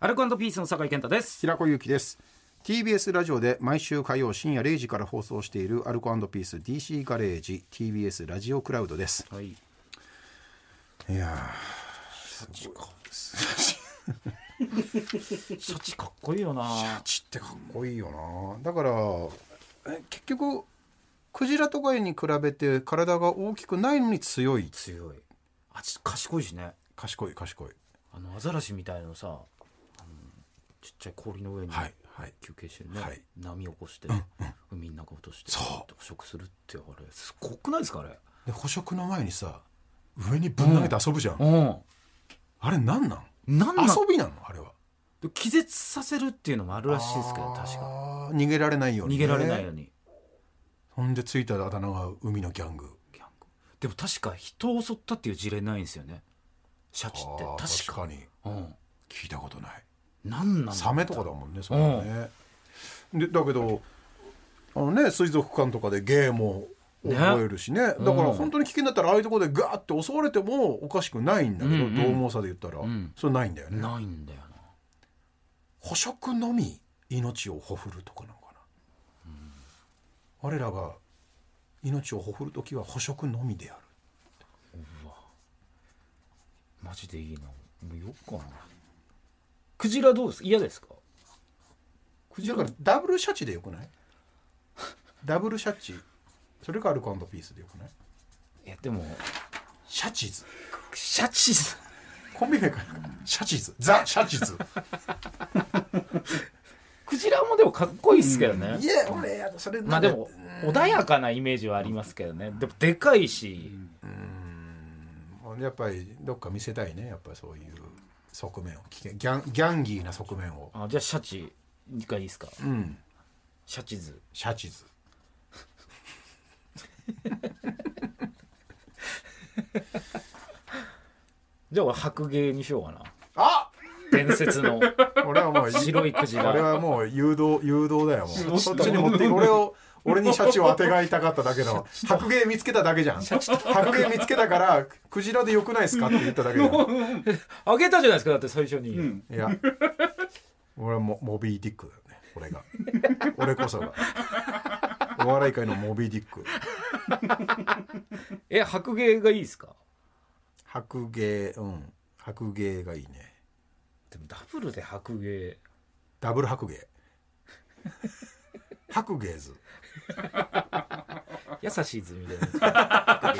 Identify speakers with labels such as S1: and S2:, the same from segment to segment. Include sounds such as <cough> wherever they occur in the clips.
S1: アルコピースの酒井健太です
S2: 平子祐希です TBS ラジオで毎週火曜深夜0時から放送しているアルコピース DC ガレージ TBS ラジオクラウドです
S1: はい
S2: いや
S1: シャチかっこいいよな
S2: ーちってかっこいいよなだからえ結局クジラとかに比べて体が大きくないのに強い
S1: 強いあち賢いしね
S2: 賢い賢い
S1: あのアザラシみたいのさあのちっちゃい氷の上に
S2: はいはい
S1: 休憩してるね、
S2: はい
S1: 波起こして、海の中落として
S2: そう
S1: 捕食するってあれすごくないですかあれ
S2: で捕食の前にさ上にぶん投げて遊ぶじゃん、
S1: う
S2: あれなんなん
S1: んなんなん
S2: 遊びなのあれは
S1: 気絶させるっていうのもあるらしいですけど確か
S2: か逃げられないように、
S1: 逃げられないように、
S2: ほんでついたあだ名が海のギャング
S1: ギャングでも確か人を襲ったっていう事例ないんですよねシャチって
S2: あー
S1: 確か
S2: に
S1: うん
S2: 聞いたことない
S1: なんなん
S2: サメとかだもんねそれはね、でだけどあのね水族館とかで芸も覚えるしねだから
S1: うん
S2: 本当に危険だったらああいうところでガーって襲われてもおかしくないんだけど、
S1: うんうん
S2: 獰猛さで言ったら、
S1: ん
S2: それないんだよね
S1: ないんだよな
S2: 捕食のみ命をほふるとかなのかな、我らが命をほふる時は捕食のみである
S1: マジでいいなもうよっかなクジラどうです嫌ですか
S2: クジラからダブルシャチでよくないダブルシャチそれかアルコピースでよくない
S1: いやでも
S2: シャチズ
S1: シャチズ
S2: コンビ名かなんかシャチズザ・シャチズ
S1: クジラもでもかっこいいっすけどね、
S2: いや俺やそれ
S1: ま
S2: な
S1: あ
S2: んか
S1: でも穏やかなイメージはありますけどねでもでかいし、
S2: やっぱりどっか見せたいねやっぱりそういう側面を危険ギャンギャンギーな側面を
S1: あじゃあシャチがいいですか
S2: うん
S1: シャチズ
S2: シャチズ
S1: じゃあ俺白芸にしようかな
S2: あ
S1: 伝説
S2: <laughs>
S1: の
S2: 俺はもう
S1: 白いクジ
S2: 俺
S1: ラ
S2: はもう誘導誘導だよもう
S1: シ
S2: そ
S1: ャ
S2: っ
S1: チ
S2: ちに持っていく俺を俺にシャチをあてがいたかっただけ <laughs> の白芸見つけただけじゃん白芸見つけたからクジラでよくないですかって言っただけじゃん
S1: あげたじゃないですかだって最初に、
S2: いや俺はモモビー・ディックだよね俺が俺こそがお笑い界のモビー・ディック
S1: え白芸がいいですか
S2: 白芸うん白芸がいいね
S1: でもダブルで白芸
S2: ダブル白芸白芸図
S1: 優しい図みたい
S2: <laughs>
S1: な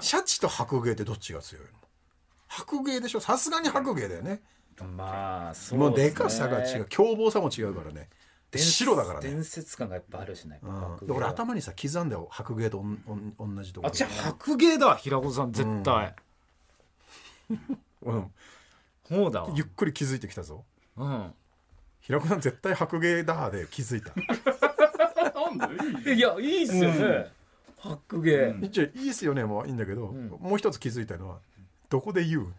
S2: シャチと白芸ってどっちが強いの白芸でしょさすがに白芸だよね
S1: まあそう
S2: もう
S1: ですね
S2: でかさが違う凶暴さも違うからね
S1: 伝説
S2: 白だからね、
S1: 伝説感がやっぱあるしね、
S2: うん
S1: 白
S2: で
S1: 芸は
S2: 俺頭にさ刻んだよ白芸とおんおん同じとこ
S1: あじゃあ白芸だわ平子さん絶対、
S2: うん
S1: そうだわ
S2: ゆっくり気づいてきたぞ
S1: うん
S2: 平子さん絶対白芸だで気づいた
S1: <laughs> いやいいっすよね、白芸、
S2: <laughs> 一応いいっすよねもういいんだけど、
S1: ん
S2: もう一つ気づいたのはどこで言う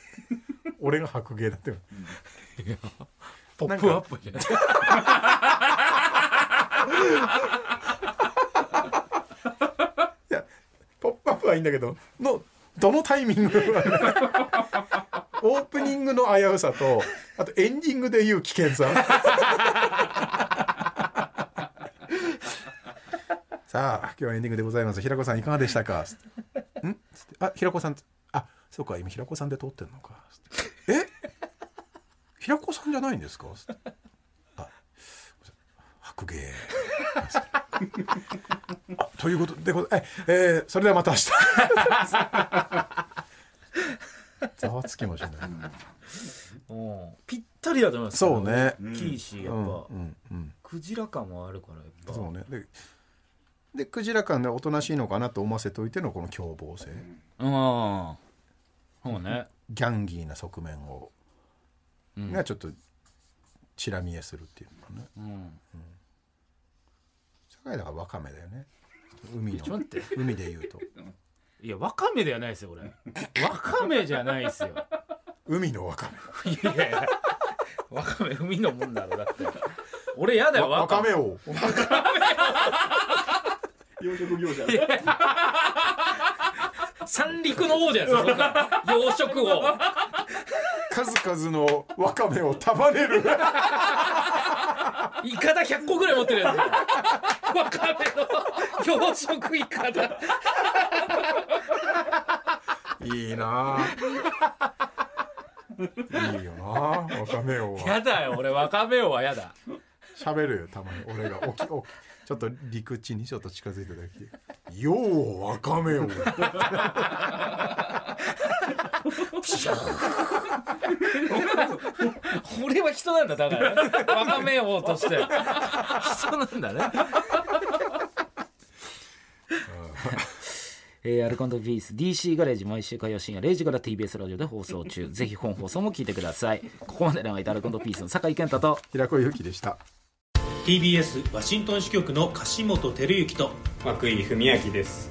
S2: <laughs> 俺が白芸だって
S1: ポッ
S2: ップ
S1: プア
S2: ア
S1: ッ
S2: ッ
S1: プじゃ
S2: いや「ポップアップはいいんだけどのどのタイミングオープニングの危うさとあとエンディングで言う危険ささあ今日はエンディングでございます平子さんいかがでしたか?つって」んつってあ平子さん」あそうか今平子さんで通ってんのか」つってえ平子さんじゃないんですか?つって」あ白芸」あということでござえ、えーそれではまた明日。 <laughs> ざわつきもしない。
S1: うんぴったりだと思います
S2: そうね
S1: 大きいしやっ
S2: う
S1: ぱ、
S2: んうんうん。
S1: クジラ感もあるからやっぱ
S2: そうね。で、でクジラ感でおとなしいのかなと思わせといてのこの凶暴性、
S1: うんそうね
S2: ギャンギーな側面を、
S1: うん
S2: がちょっとチラ見えするっていうのかね。
S1: うん
S2: 社会だからワカメだよね。
S1: ちょ
S2: 海
S1: っと
S2: の
S1: 待って
S2: 海で言うと
S1: いやわかめではないですよ俺
S2: <laughs>
S1: わかめじゃないですよ
S2: 海のワカ
S1: いやいやいやわかめ海のもんだろだって俺やだ
S2: メ。
S1: よ
S2: ワ
S1: わか
S2: カ
S1: め
S2: メを。
S3: 養殖業者
S1: 三陸の王者ですよそんな養殖王
S2: 数々のわかめを束ねる
S1: イカダ100個ぐらい持ってるやつだよわかめの養殖イカダ
S2: いいなあいいよなあわかめをは
S1: やだよ俺わかめよはやだ
S2: 喋るよたまに俺がおきおきちょっと陸地にちょっと近づいただけようわかめを
S1: 俺は人なんだだからわかめよとして人なんだねえー、アルコピース DC ガレージ毎週火曜深夜0時から TBS ラジオで放送中ぜひ本放送も聞いてくださいここまでの間アルコピースの酒井健太と
S2: 平子ゆきでした
S3: TBS ワシントン支局の樫本照之と
S4: 和久井文明です